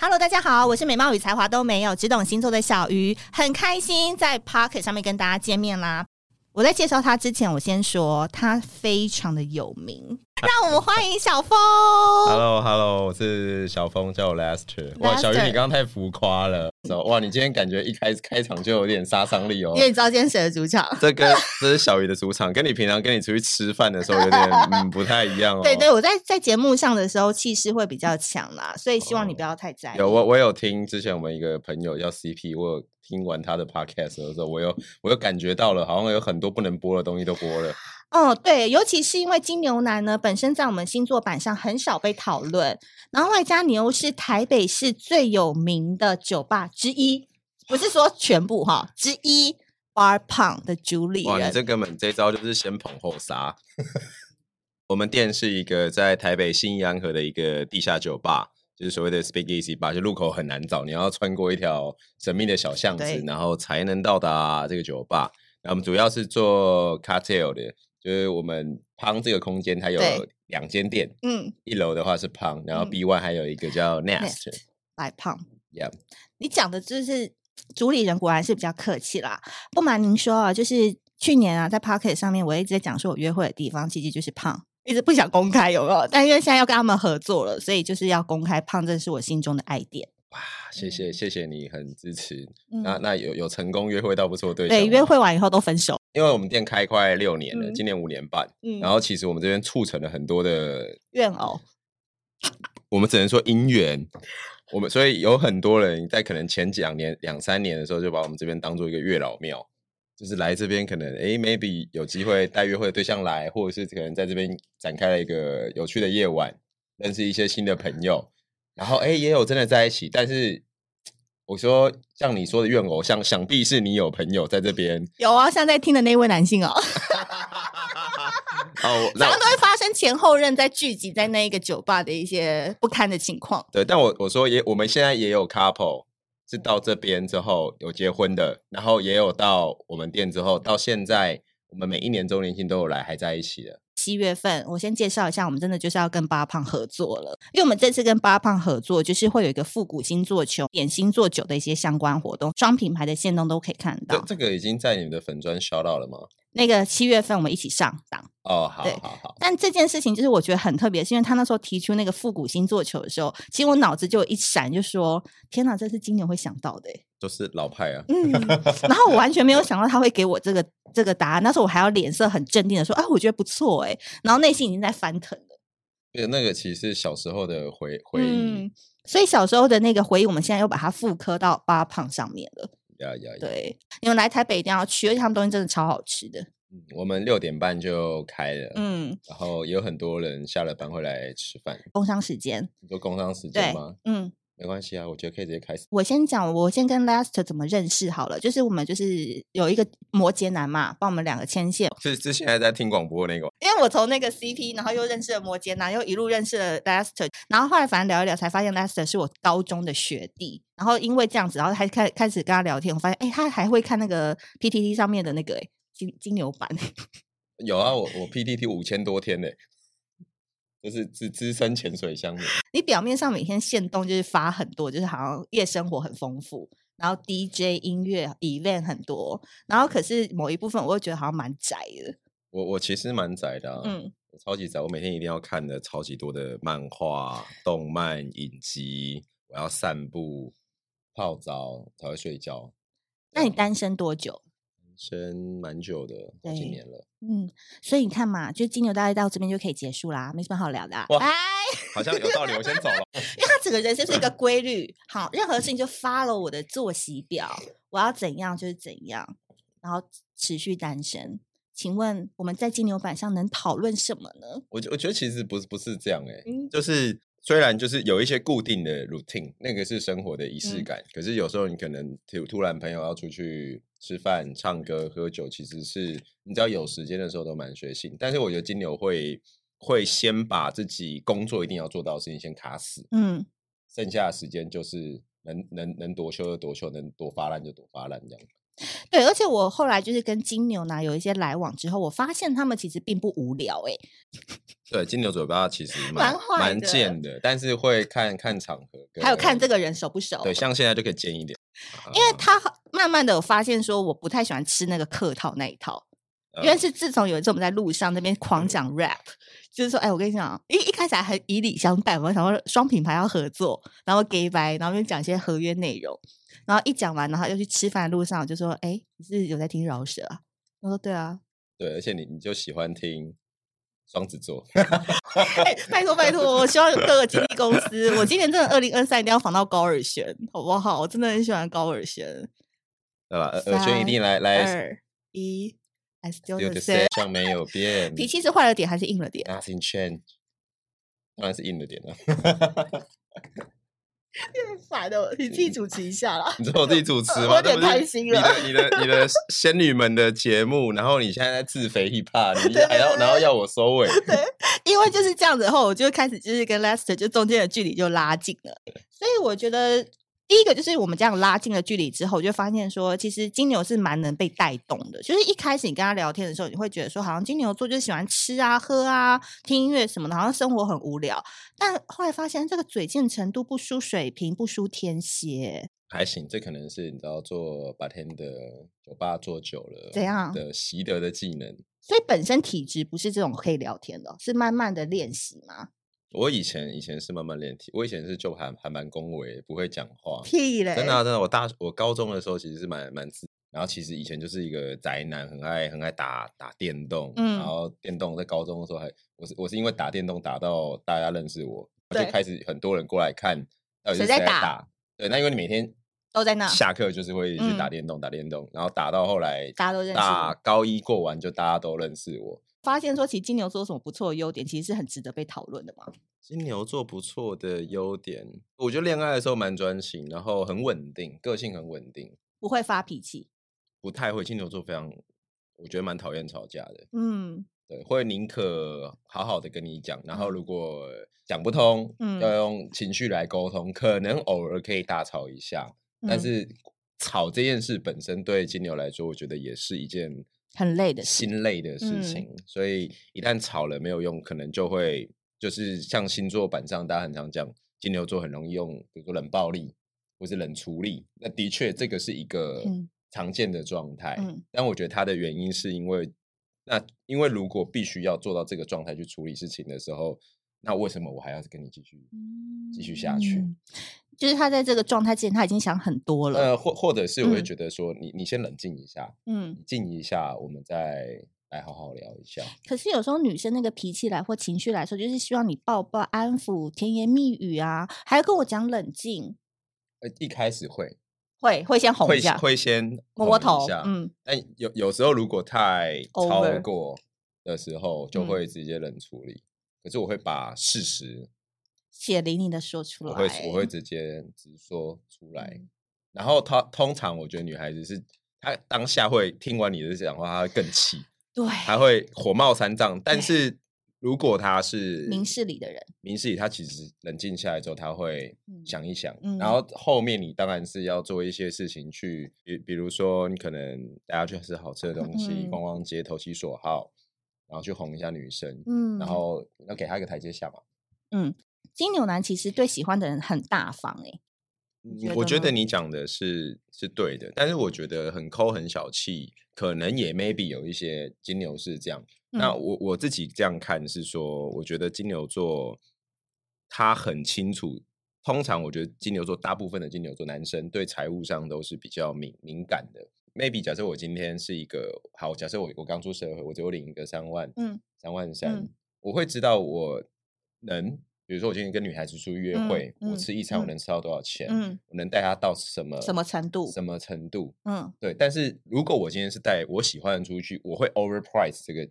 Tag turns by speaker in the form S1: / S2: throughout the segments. S1: Hello，大家好，我是美貌与才华都没有，只懂星座的小鱼，很开心在 Pocket 上面跟大家见面啦。我在介绍他之前，我先说他非常的有 名，让我们欢迎小峰。
S2: Hello，Hello，我是小峰，叫我 Lester。哇，
S1: Lester
S2: 小鱼，你刚刚太浮夸了。哇，你今天感觉一开开场就有点杀伤力哦
S1: 因。为你知道今天谁的主场？
S2: 这跟这是小鱼的主场，跟你平常跟你出去吃饭的时候有点嗯不太一样哦。
S1: 对对，，我在在节目上的时候气势会比较强啦，所以希望你不要太在意。
S2: 有我我有听之前我们一个朋友叫 CP，我有听完他的 podcast 的时候，我有我有感觉到了，好像有很多不能播的东西都播了。
S1: 哦，对，尤其是因为金牛男呢，本身在我们星座版上很少被讨论，然后外加你又是台北市最有名的酒吧之一，不是说全部哈，之一 Bar Punk 的主理
S2: 哇，你
S1: 人。
S2: 这根本这招就是先捧 后杀。我们店是一个在台北新义安河的一个地下酒吧，就是所谓的 Speakeasy Bar，就路口很难找，你要穿过一条神秘的小巷子
S1: 对，
S2: 然后才能到达这个酒吧。那我们主要是做 cocktail 的，就是我们 Pang 这个空间它有
S1: 对
S2: 两间店，
S1: 嗯，
S2: 一楼的话是 Pang，然后
S1: 嗯
S2: B one 还有一个叫 Nest，
S1: 白胖，
S2: yeah，
S1: 你讲的就是主理人果然是比较客气啦。不瞒您说啊，就是去年啊，在 Pocket 上面，我一直在讲说我约会的地方，其实就是胖。一直不想公开有没有？但因为现在要跟他们合作了，所以就是要公开胖，这是我心中的爱点。
S2: 啊谢谢谢谢你很支持，
S1: 嗯
S2: 那那有有成功约会到不错对象
S1: 对，
S2: 吗
S1: 约会完以后都分手。
S2: 因为我们店开快六年了，
S1: 嗯
S2: 今年五年半，
S1: 嗯
S2: 然后其实我们这边促成了很多的，
S1: 怨偶，
S2: 我们只能说姻缘。我们所以有很多人在可能前几两年、两三年的时候，就把我们这边当做一个月老庙，就是来这边可能诶 maybe 有机会带约会的对象来，或者是可能在这边展开了一个有趣的夜晚，认识一些新的朋友，然后诶也有真的在一起，但是我说像你说的怨偶，像想必是你有朋友在这边
S1: 有啊，像在听的那位男性哦，
S2: 哦，
S1: 常
S2: 那
S1: 常都会发生前后任在聚集在那一个酒吧的一些不堪的情况。
S2: 对，但我我说也，我们现在也有 couple 是到这边之后有结婚的，然后也有到我们店之后，到现在我们每一年周年庆都有来，还在一起的。
S1: 七月份，我先介绍一下，我们真的就是要跟八胖合作了，因为我们这次跟八胖合作，就是会有一个复古星座球、点星座酒的一些相关活动，双品牌的线动都可以看
S2: 这
S1: 到。
S2: 这个已经在你们的粉砖 shout 到了吗？
S1: 那个七月份我们一起上档，
S2: 哦，好
S1: 对
S2: 好好，
S1: 但这件事情就是我觉得很特别，是因为他那时候提出那个复古星座球的时候，其实我脑子就有一闪，就说天哪，这是金牛会想到的、欸。
S2: 就是老派啊。
S1: 嗯，然后我完全没有想到他会给我这个这个答案，那时候我还要脸色很镇定的说，啊，我觉得不错哎、然后内心已经在翻腾了。
S2: 对，那个其实是小时候的回回忆
S1: 嗯，所以小时候的那个回忆，我们现在又把它复刻到八胖上面了。
S2: 呀呀呀！
S1: 对，你们来台北一定要去，而且他们东西真的超好吃的。
S2: 嗯我们六点半就开了，
S1: 嗯，
S2: 然后也有很多人下了班会来吃饭。
S1: 工商时间，
S2: 你说工商时
S1: 对
S2: 间吗？，
S1: 嗯，
S2: 没关系啊，我觉得可以直接开始。
S1: 我先讲，我先跟 Lester 怎么认识好了，就是我们就是有一个摩羯男嘛，帮我们两个牵线，
S2: 是是现在在听广播那个吗
S1: 因为我从那个 CP，然后又认识了摩羯男，又一路认识了 Lester，然后后来反正聊一聊，才发现 Lester 是我高中的学弟。然后因为这样子，然后还开开始跟他聊天，我发现哎、诶他还会看那个 PTT 上面的那个、诶金金牛版，
S2: 有啊，我我 PTT 五千多天呢、这是资资深潜水箱的。
S1: 你表面上每天现动就是发很多，就是好像夜生活很丰富，然后 DJ 音乐 event 很多，然后可是某一部分我又觉得好像蛮宅的，
S2: 我我其实蛮宅的、啊，
S1: 嗯，
S2: 我超级宅，我每天一定要看的超级多的漫画、动漫、影集，我要散步、泡澡才会睡觉。
S1: 那你
S2: 这样
S1: 单身多久？
S2: 身蛮久的，好几
S1: 对
S2: 年了，
S1: 嗯，所以你看嘛，就金牛大概到这边就可以结束啦，没什么好聊的、啊，
S2: 哇
S1: 拜。
S2: 好像有道理。我先走了。
S1: 因为他整个人生是一个规律，好，任何事情就 follow 我的作息表，我要怎样就是怎样，然后持续单身。请问我们在金牛板上能讨论什么呢？
S2: 我觉我觉得其实不是不是这样哎、
S1: 嗯
S2: 就是虽然就是有一些固定的 routine，那个是生活的仪式
S1: 嗯
S2: 感，可是有时候你可能突突然朋友要出去吃饭、唱歌、喝酒，其实是你只要有时间的时候都蛮随性。但是我觉得金牛会会先把自己工作一定要做到的事情先卡死，
S1: 嗯，
S2: 剩下的时间就是能能能多休就多休，能多发烂就多发烂这样。
S1: 对，而且我后来就是跟金牛呢有一些来往之后，我发现他们其实并不无聊、欸，
S2: 对，金牛嘴巴其实
S1: 蛮坏
S2: 蛮
S1: 的
S2: 贱的，但是会看看场合跟，
S1: 还有看这个人熟不熟。
S2: 对，像现在就可以尖一点，
S1: 嗯因为他好慢慢的有发现说，我不太喜欢吃那个客套那一套，因为
S2: 呃
S1: 是自从有一次我们在路上那边狂讲 rap，就是说，哎，我跟你讲，一一开始还以礼相待，我想说双品牌要合作，然后 gay 白，然后就讲一些合约内容，然后一讲完，然后又去吃饭的路上我就说，哎，你是有在听饶舌啊？我说对 啊，
S2: 对，而且你你就喜欢听双子座，
S1: 哎，拜托拜托，我希望有各个经纪公司，我今年真的二零二三一定要访到高尔宣，好不好？我真的很喜欢高尔宣。
S2: 对吧？呃呃，轩一定来来，
S1: 二一，I still
S2: 有
S1: the
S2: 的
S1: same。
S2: 谁像没有变，
S1: 脾气是坏了点还是硬了点？
S2: nothing change，当然是硬了点 了。
S1: 烦的，你自己主持一下啦。
S2: 你知道我自己主持
S1: 我
S2: 吗？
S1: 有
S2: 这
S1: 点
S2: 不是
S1: 开心
S2: 你
S1: 了
S2: 的、你的、你的仙女们的节目，然后你现在在自 肥 hiphop，你还要然后要我收尾，
S1: 因为就是这样子后，我就开始就是跟 Lester 就中间的距离就拉近了，所以我觉得第一个就是我们这样拉近了距离之后，我就发现说，其实金牛是蛮能被带动的。就是一开始你跟他聊天的时候，你会觉得说，好像金牛座就喜欢吃啊、喝啊、听音乐什么的，好像生活很无聊。但后来发现这个嘴贱程度不输水瓶，不输天蝎，
S2: 还行。这可能是你知道做 bartender 酒吧做久了
S1: 怎样
S2: 的习得的技能。
S1: 所以本身体质不是这种可以聊天的，是慢慢的练习嘛。
S2: 我以前以前是慢慢练体，我以前是就还还蛮恭维，不会讲话。
S1: 屁嘞！
S2: 真的啊、真的啊，我大我高中的时候其实是蛮蛮自，然后其实以前就是一个宅男，很爱很爱打打电动，
S1: 嗯
S2: 然后电动在高中的时候还我是我是因为打电动打到大家认识我，就
S1: 对
S2: 开始很多人过来看到底
S1: 谁
S2: 是
S1: 在
S2: 在
S1: 打嗯
S2: 对，那因为你每天
S1: 都在那，
S2: 下课就是会去
S1: 嗯
S2: 打电动、打电动，然后打到后来
S1: 大家都认识
S2: 大
S1: 我。
S2: 高一过完就大家都认识我。
S1: 发现说，其实金牛座有什么不错的优点，其实是很值得被讨论的嘛。
S2: 金牛座不错的优点，我觉得恋爱的时候蛮专情，然后很稳定，个性很稳定。
S1: 不会发脾气，
S2: 不太会，金牛座非常，我觉得蛮讨厌吵架的，
S1: 嗯，
S2: 对，会宁可好好的跟你讲，然后
S1: 嗯
S2: 如果讲不通，
S1: 嗯
S2: 要用情绪来沟通，可能偶尔可以大吵一下，但
S1: 嗯
S2: 是吵这件事本身对金牛来说，我觉得也是一件
S1: 很累的事
S2: 心累的事
S1: 嗯
S2: 情，所以一旦吵了没有用，可能就会就是像星座板上大家很常讲，金牛座很容易用，比如说冷暴力或是冷处理，那的确这个是一个
S1: 嗯
S2: 常见的状态，
S1: 嗯
S2: 但我觉得它的原因是因为那因为如果必须要做到这个状态去处理事情的时候，那为什么我还要跟你继续？继续下去
S1: 嗯就是他在这个状态之前，他已经想很多了，
S2: 呃，或或者是我会
S1: 嗯
S2: 觉得说，你你先冷静一下，
S1: 嗯
S2: 你。静一下，我们再来好好聊一下。
S1: 可是有时候女生那个脾气来或情绪来说，就是希望你抱抱、安抚、甜言蜜语啊，还要跟我讲冷静，
S2: 呃，一开始会，
S1: 会会先哄
S2: 会
S1: 一下，
S2: 会先
S1: 摸摸
S2: 哄一
S1: 头
S2: 下，
S1: 嗯，
S2: 但有有时候如果太超
S1: Over
S2: 过的时候，就
S1: 嗯
S2: 会直接冷处理。可是我会把事实，
S1: 血淋淋的说出来。
S2: 我会我会直接直说出来。
S1: 嗯
S2: 然后她通常我觉得女孩子是她当下会听完你的讲话，她会更气，
S1: 对，
S2: 她会火冒三丈。但
S1: 对
S2: 是如果她是
S1: 明事理的人，
S2: 明事理，她其实冷静下来之后，她会
S1: 嗯
S2: 想一想，
S1: 嗯
S2: 然后后面你当然是要做一些事情去，比比如说你可能大家去吃好吃的东西，
S1: 嗯
S2: 逛逛街，投其所好，然后去哄一下女生，
S1: 嗯，
S2: 然后要给她一个台阶下嘛。
S1: 嗯，金牛男其实对喜欢的人很大方欸诶、
S2: 嗯
S1: 觉
S2: 我
S1: 得
S2: 觉得
S1: 呢
S2: 你讲的是是对的，但是我觉得很抠很小气，可能也 maybe 有一些金牛是这样。那
S1: 嗯
S2: 我我自己这样看是说，我觉得金牛座他很清楚，通常我觉得金牛座大部分的金牛座男生对财务上都是比较敏敏感的。maybe 假设我今天是一个好，假设我我刚出社会，我只有领一个三万，
S1: 嗯
S2: 三万三，
S1: 嗯
S2: 我会知道我能，比如说我今天跟女孩子出去约
S1: 嗯
S2: 会，我
S1: 嗯
S2: 吃一餐我
S1: 嗯
S2: 能吃到多少钱，
S1: 嗯
S2: 我能带她到什么
S1: 什么程度
S2: 呃什么程度，
S1: 嗯
S2: 对，但是如果我今天是带我喜欢的出去，我会 overprice 这个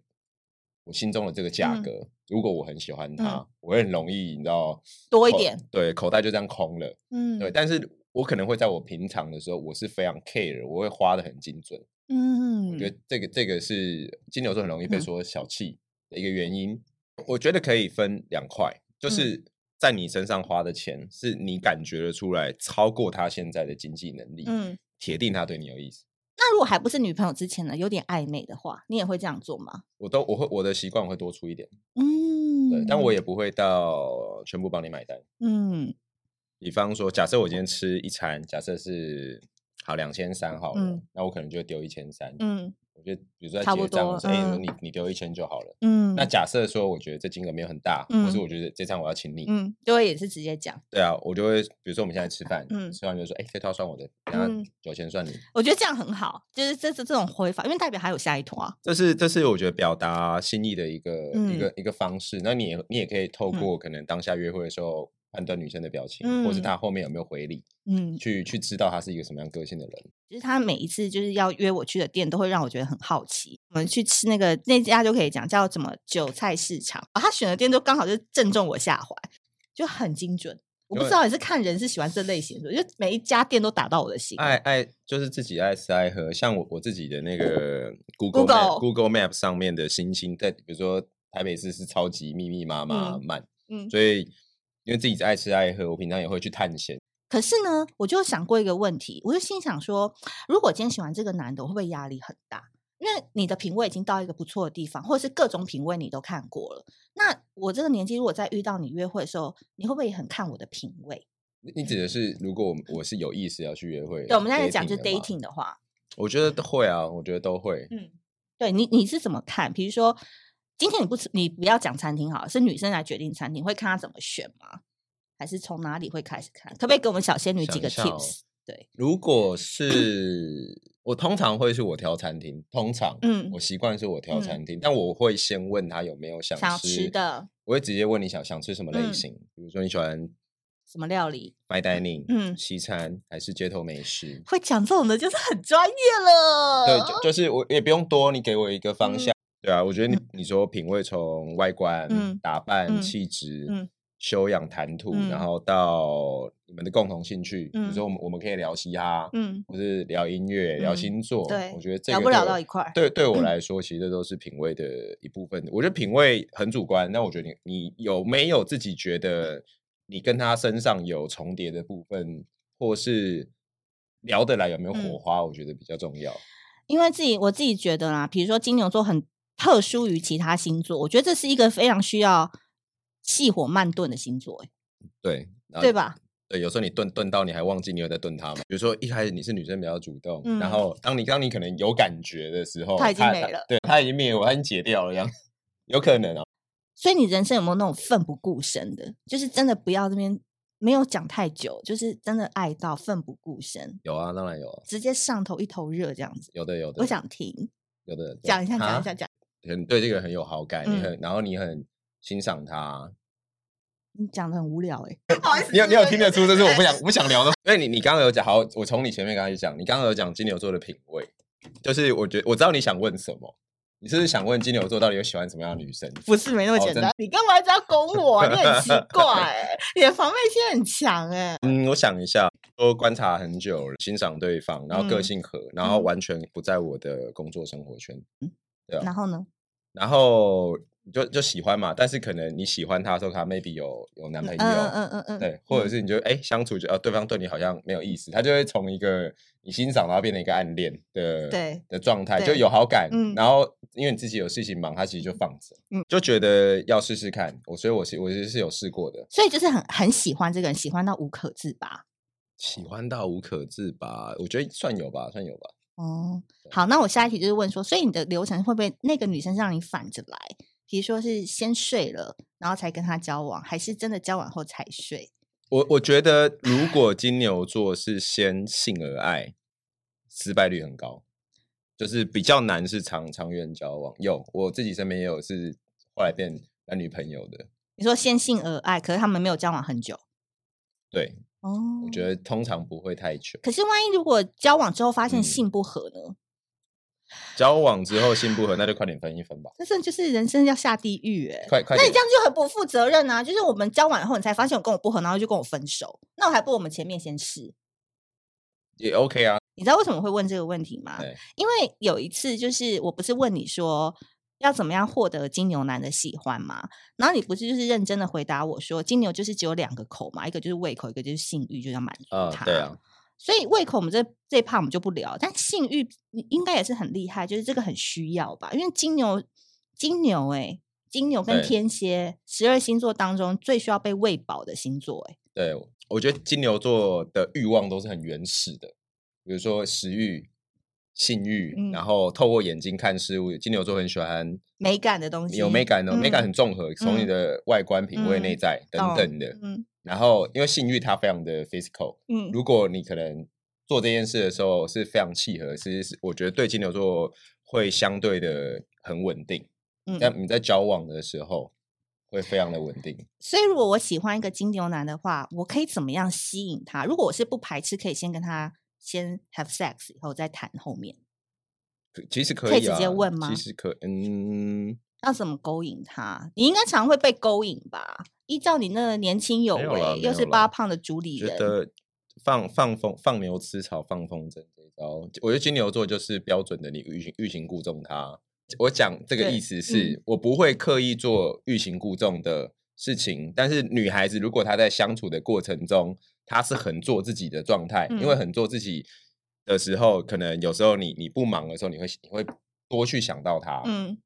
S2: 我心中的这个价
S1: 嗯
S2: 格。如果我很喜欢它，我会很容易，你知道，
S1: 多一
S2: 口
S1: 点，
S2: 对，口袋就这样空了。
S1: 嗯，
S2: 对，但是我可能会在我平常的时候，我是非常 care，我会花的很精准。
S1: 嗯，
S2: 我觉得这个这个是金牛座很容易被
S1: 嗯
S2: 说小气的一个原因。我觉得可以分两块，就
S1: 嗯
S2: 是在你身上花的钱，是你感觉得出来超过他现在的经济能力，
S1: 嗯
S2: 铁定他对你有意思。
S1: 那如果还不是女朋友之前呢，有点暧昧的话，你也会这样做吗？
S2: 我都我会我的习惯我会多出一点，
S1: 嗯，
S2: 对，但我也不会到全部帮你买单。
S1: 嗯
S2: 比方说，假设我今天吃一餐，假设是好两千三好了，
S1: 嗯
S2: 那我可能就丢一千三。
S1: 嗯
S2: 我觉得比如说在
S1: 差不
S2: 结账的时候，
S1: 多
S2: 哎、
S1: 嗯
S2: 你你丢一千就好了。
S1: 嗯，
S2: 那假设说，我觉得这金额没有很大，或是
S1: 嗯
S2: 我觉得这餐我要请你，
S1: 嗯，就会也是直接讲。
S2: 对啊，我就会，比如说我们现在吃饭，
S1: 嗯
S2: 吃完就说，哎、这套算我的，然后
S1: 嗯
S2: 九千算你。
S1: 我觉得这样很好，就是这是这种回法，因为代表还有下一坨啊。
S2: 这是这是我觉得表达心意的一个、一个
S1: 嗯
S2: 一个方式。那你也你也可以透
S1: 嗯
S2: 过可能当下约会的时候判断女生的表情，或
S1: 嗯
S2: 是她后面有没有回礼，
S1: 嗯，
S2: 去去知道她是一个什么样个性的人。
S1: 就是他每一次就是要约我去的店，都会让我觉得很好奇。我们去吃那个那家就可以讲叫什么韭菜市场，啊他选的店都刚好就正中我下怀，就很精准。我不
S2: 有
S1: 知道也是看人是喜欢这类型的，就每一家店都打到我的心。
S2: 爱爱就是自己爱吃爱喝，像我我自己的那个 Google
S1: Google
S2: Map, Google Map 上面的星星，在比如说台北市是超级密密麻麻
S1: 嗯
S2: 满，
S1: 嗯，
S2: 所以因为自己爱吃爱喝，我平常也会去探险。
S1: 可是呢，我就想过一个问题，我就心想说，如果今天喜欢这个男的，我会不会压力很大？那你的品味已经到一个不错的地方，或者是各种品味你都看过了。那我这个年纪，如果再遇到你约会的时候，你会不会也很看我的品味？
S2: 你你指的是如果我们我是有意识要去约会，
S1: 嗯对，我们现在讲就是
S2: 的嘛
S1: dating 的话，
S2: 我觉得会啊，我觉得都会。
S1: 嗯，对你你是怎么看？比如说，今天你不吃，你不要讲餐厅好了，是女生来决定餐厅，会看她怎么选吗？还是从哪里会开始看？可不可以给我们小仙女
S2: 想
S1: 几
S2: 一
S1: 个
S2: 下哦
S1: tips？、对，
S2: 如果是我通常会是我挑餐厅，通常
S1: 嗯
S2: 我习惯是我挑
S1: 嗯
S2: 餐厅，但我会先问他有没有想
S1: 想要
S2: 吃
S1: 吃的，
S2: 我会直接问你想想吃什么类
S1: 嗯
S2: 型，比如说你喜欢
S1: 什么料理？
S2: fine dining，
S1: 嗯
S2: 西餐还是街头美食？
S1: 会讲这种的，就是很专业了。
S2: 对，就就是我也不用多，你给我一个方
S1: 哦嗯
S2: 向，对啊，我觉得你
S1: 嗯
S2: 你说品味从外观、
S1: 嗯
S2: 打扮、
S1: 嗯
S2: 气质、
S1: 嗯
S2: 修养、谈吐，然
S1: 嗯
S2: 后到你们的共同兴趣，比如
S1: 嗯
S2: 说我们我们可以聊嘻哈，
S1: 嗯，
S2: 或是聊音乐、聊
S1: 嗯
S2: 星座，
S1: 对
S2: 我觉得这个
S1: 聊不聊
S2: 对我
S1: 到一块儿？
S2: 对，对我来说，其实这都是品味的一部分。我觉得品味很主观，那我觉得你你有没有自己觉得你跟他身上有重叠的部分，或是聊得来有没有火
S1: 嗯
S2: 花，我觉得比较重要。
S1: 因为自己我自己觉得啦，比如说金牛座很特殊于其他星座，我觉得这是一个非常需要细火慢炖的星座、欸，
S2: 对，然后
S1: 对？吧？
S2: 对，有时候你顿顿到你还忘记你有在顿他嘛。比如说一开始你是女生比较主动，然
S1: 嗯
S2: 后当你当你可能有感觉的时候，
S1: 他已经没了
S2: 哦对他已经灭我，他已经解掉了，这样有可能啊。
S1: 所以你人生有没有那种奋不顾身的？就是真的不要这边没有讲太久，就是真的爱到奋不顾身，
S2: 有啊，当然有啊，
S1: 直接上头一头热这样子。
S2: 有的有的，
S1: 我想听，
S2: 有的对
S1: 讲一下，讲
S2: 哈
S1: 一下，讲，
S2: 很对这个人很有好感，你
S1: 嗯
S2: 很然后你很欣赏他，
S1: 你讲的很无聊哎、
S2: 你有你有听得出这是我不想 我不想聊的。因为你你刚刚有讲好，我从你前面刚才讲，你刚刚有讲金牛座的品味，就是我觉得我知道你想问什么，你是不是想问金牛座到底有喜欢什么样的女生？
S1: 不是没那
S2: 哦
S1: 么简
S2: 真的
S1: 单，你干嘛一直要攻我、啊？你很奇怪、欸，你的防备心很强哎、
S2: 嗯，我想一下，都观察很久了，欣赏对方，然后个
S1: 嗯
S2: 性合，然后
S1: 嗯
S2: 完全不在我的工作生活圈，对啊
S1: 然后呢？
S2: 然后就就喜欢嘛，但是可能你喜欢他的时候，他 maybe 有有男朋友，
S1: 嗯嗯嗯嗯，
S2: 对，或者
S1: 嗯
S2: 是你就哎、诶相处就啊，对方对你好像没有意思，他就会从一个你欣赏，然后变成一个暗恋的
S1: 对
S2: 的状态，就
S1: 对
S2: 有好感，
S1: 嗯
S2: 然后因为你自己有事情忙，他其实就放着，
S1: 嗯
S2: 就觉得要试试看。我所以我是我其实是有试过的，
S1: 所以就是很很喜欢这个人，喜欢到无可自拔。
S2: 喜欢到无可自拔，我觉得算有吧，算有吧。
S1: 哦，好，那我下一题就是问说，所以你的流程会不会那个女生让你反着来？比如说是先睡了，然后才跟她交往，还是真的交往后才睡？
S2: 我我觉得如果金牛座是先性而爱，失败率很高，就是比较难是长长远交往。有我自己身边也有是后来变男女朋友的，
S1: 你说先性而爱，可是他们没有交往很久
S2: 对。
S1: 哦。
S2: 我觉
S1: 得，
S2: 得通常不会太久。
S1: 可是万一如果交往之后发
S2: 嗯
S1: 现性不合呢？
S2: 交往之后性不合，那就快点分一分吧。
S1: 但是就是人生要下地狱哎、
S2: 快快
S1: 那你
S2: 点
S1: 这样就很不负责任啊！就是我们交往以后，你才发现我跟我不合，然后就跟我分手，那我还不如我们前面先试。
S2: 也 OK 啊。
S1: 你知道为什么会问这个问题吗？
S2: 对，
S1: 因为有一次，就是我不是问你说要怎么样获得金牛男的喜欢吗？然后你不是就是认真的回答我说，金牛就是只有两个口嘛，一个就是胃口，一个就是性欲，就要满足
S2: 啊
S1: 他。
S2: 对啊，
S1: 所以胃口我们这这一趴我们就不聊，但性欲你应该也是很厉害，就是这个很需要吧？因为金牛，金牛哎、金牛跟
S2: 对
S1: 天蝎十二星座当中最需要被喂饱的星座哎、
S2: 对，我觉得金牛座的欲望都是很原始的，比如说食欲、性欲，
S1: 嗯
S2: 然后透过眼睛看事物。金牛座很喜欢
S1: 美感的东西
S2: 有美感的，哦美感
S1: 嗯
S2: 很综合，从你
S1: 嗯
S2: 的外观、品味、内
S1: 嗯
S2: 在等
S1: 懂
S2: 等的。
S1: 嗯
S2: 然后，因为性欲它非常的 physical，
S1: 嗯
S2: 如果你可能做这件事的时候是非常契合，其实是我觉得对金牛座会相对的很稳定。
S1: 嗯
S2: 但你在交往的时候会非常的稳定。
S1: 所以，如果我喜欢一个金牛男的话，我可以怎么样吸引他？如果我是不排斥，可以先跟他先 have sex，以后再谈后面，
S2: 可其实可以、
S1: 可
S2: 啊、
S1: 以直接问吗
S2: 其实可，嗯，
S1: 要怎么勾引他？你应该常会被勾引吧？依照你那个年轻有
S2: 没有啦
S1: 为，
S2: 没
S1: 又
S2: 有
S1: 是
S2: 啦
S1: 八胖的主理
S2: 觉
S1: 人，
S2: 得放放风放牛吃草放风筝这一招，我觉得金牛座就是标准的你欲擒欲擒故纵他。我讲这个
S1: 对嗯
S2: 意思是、我不会刻意做欲擒故纵的事情，但是女孩子如果她在相处的过程中，她是很做自己的状态，因为
S1: 嗯
S2: 很做自己的时候，可能有时候你你不忙的时候，你会你会多去想到她。
S1: 嗯，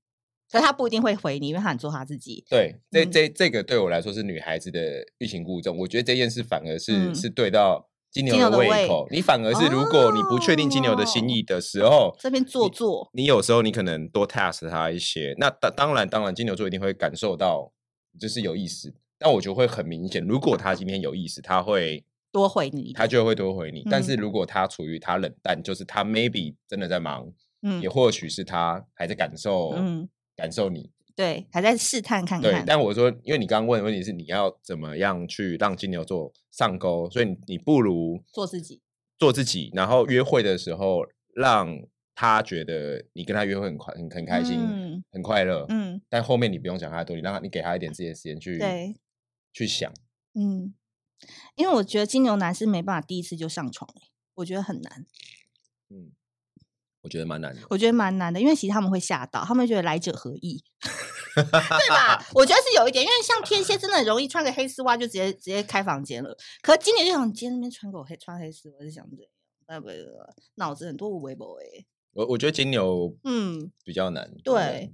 S1: 可他不一定会回你，因为他很做他自己。
S2: 对，这
S1: 嗯
S2: 这这个对我来说是女孩子的欲擒故纵，我觉得这件事反而是、
S1: 嗯
S2: 是对到金牛
S1: 金牛
S2: 的
S1: 的
S2: 胃
S1: 胃哦
S2: 口。你反而是如果你不确定金牛的心意的时候，
S1: 这边做作，
S2: 你有时候你可能多 task 他一些。那当当然当然，金牛座一定会感受到就是有意思，但我觉得会很明显，如果他今天有意思，他会
S1: 多回你一
S2: 他
S1: 点，
S2: 就会多回你。但是
S1: 嗯
S2: 如果他处于他冷淡，就是他 maybe 真的在忙，
S1: 嗯
S2: 也或许是他还在感受、
S1: 嗯，
S2: 感受你。
S1: 对，还在试探看
S2: 对
S1: 看，。
S2: 但我说，因为你刚刚问的问题是你要怎么样去让金牛座上钩，所以你你不如
S1: 做自己，
S2: 做自己，然后约会的时候让他觉得你跟他约会很快很很开心、
S1: 嗯
S2: 很快乐。
S1: 嗯，
S2: 但后面你不用想太多，你让他你给他一点自己的时间去
S1: 对，
S2: 去想。
S1: 嗯，因为我觉得金牛男是没办法第一次就上床、欸，我觉得很难，
S2: 嗯，我觉得蛮难的。
S1: 我觉得蛮难的，因为其实他们会吓到，他们会觉得来者何易，对吧？我觉得是有一点，因为像天蝎真的很容易穿个黑丝袜就直接直接开房间了，可是金牛就想你今天那边穿个我黑穿黑丝袜是想怎样？呃不不不，脑子很多无为不哎，
S2: 我我觉得金牛
S1: 嗯，
S2: 比较难。
S1: 对，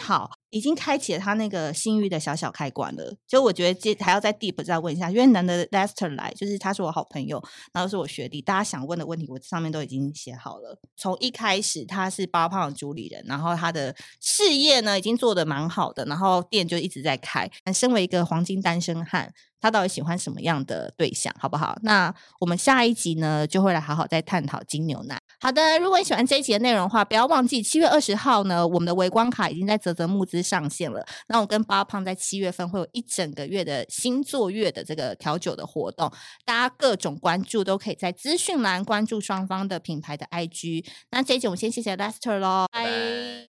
S1: 好，已经开启了他那个性欲的小小开关了。就我觉得接还要再 deep 再问一下，因为难得 Lester 来，就是他是我好朋友，然后是我学弟，大家想问的问题我上面都已经写好了。从一开始他是八胖的主理人，然后他的事业呢已经做得蛮好的，然后店就一直在开。那身为一个黄金单身汉，他到底喜欢什么样的对象，好不好？那我们下一集呢，就会来好好再探讨金牛男。好的，如果你喜欢这一集的内容的话，不要忘记七月二十号呢，我们的微光卡已经在泽泽募资上线了。那我跟八胖在七月份会有一整个月的星座月的这个调酒的活动，大家各种关注都可以在资讯栏关注双方的品牌的 IG。那这一集我们先谢谢 Lester 喽，
S2: 拜拜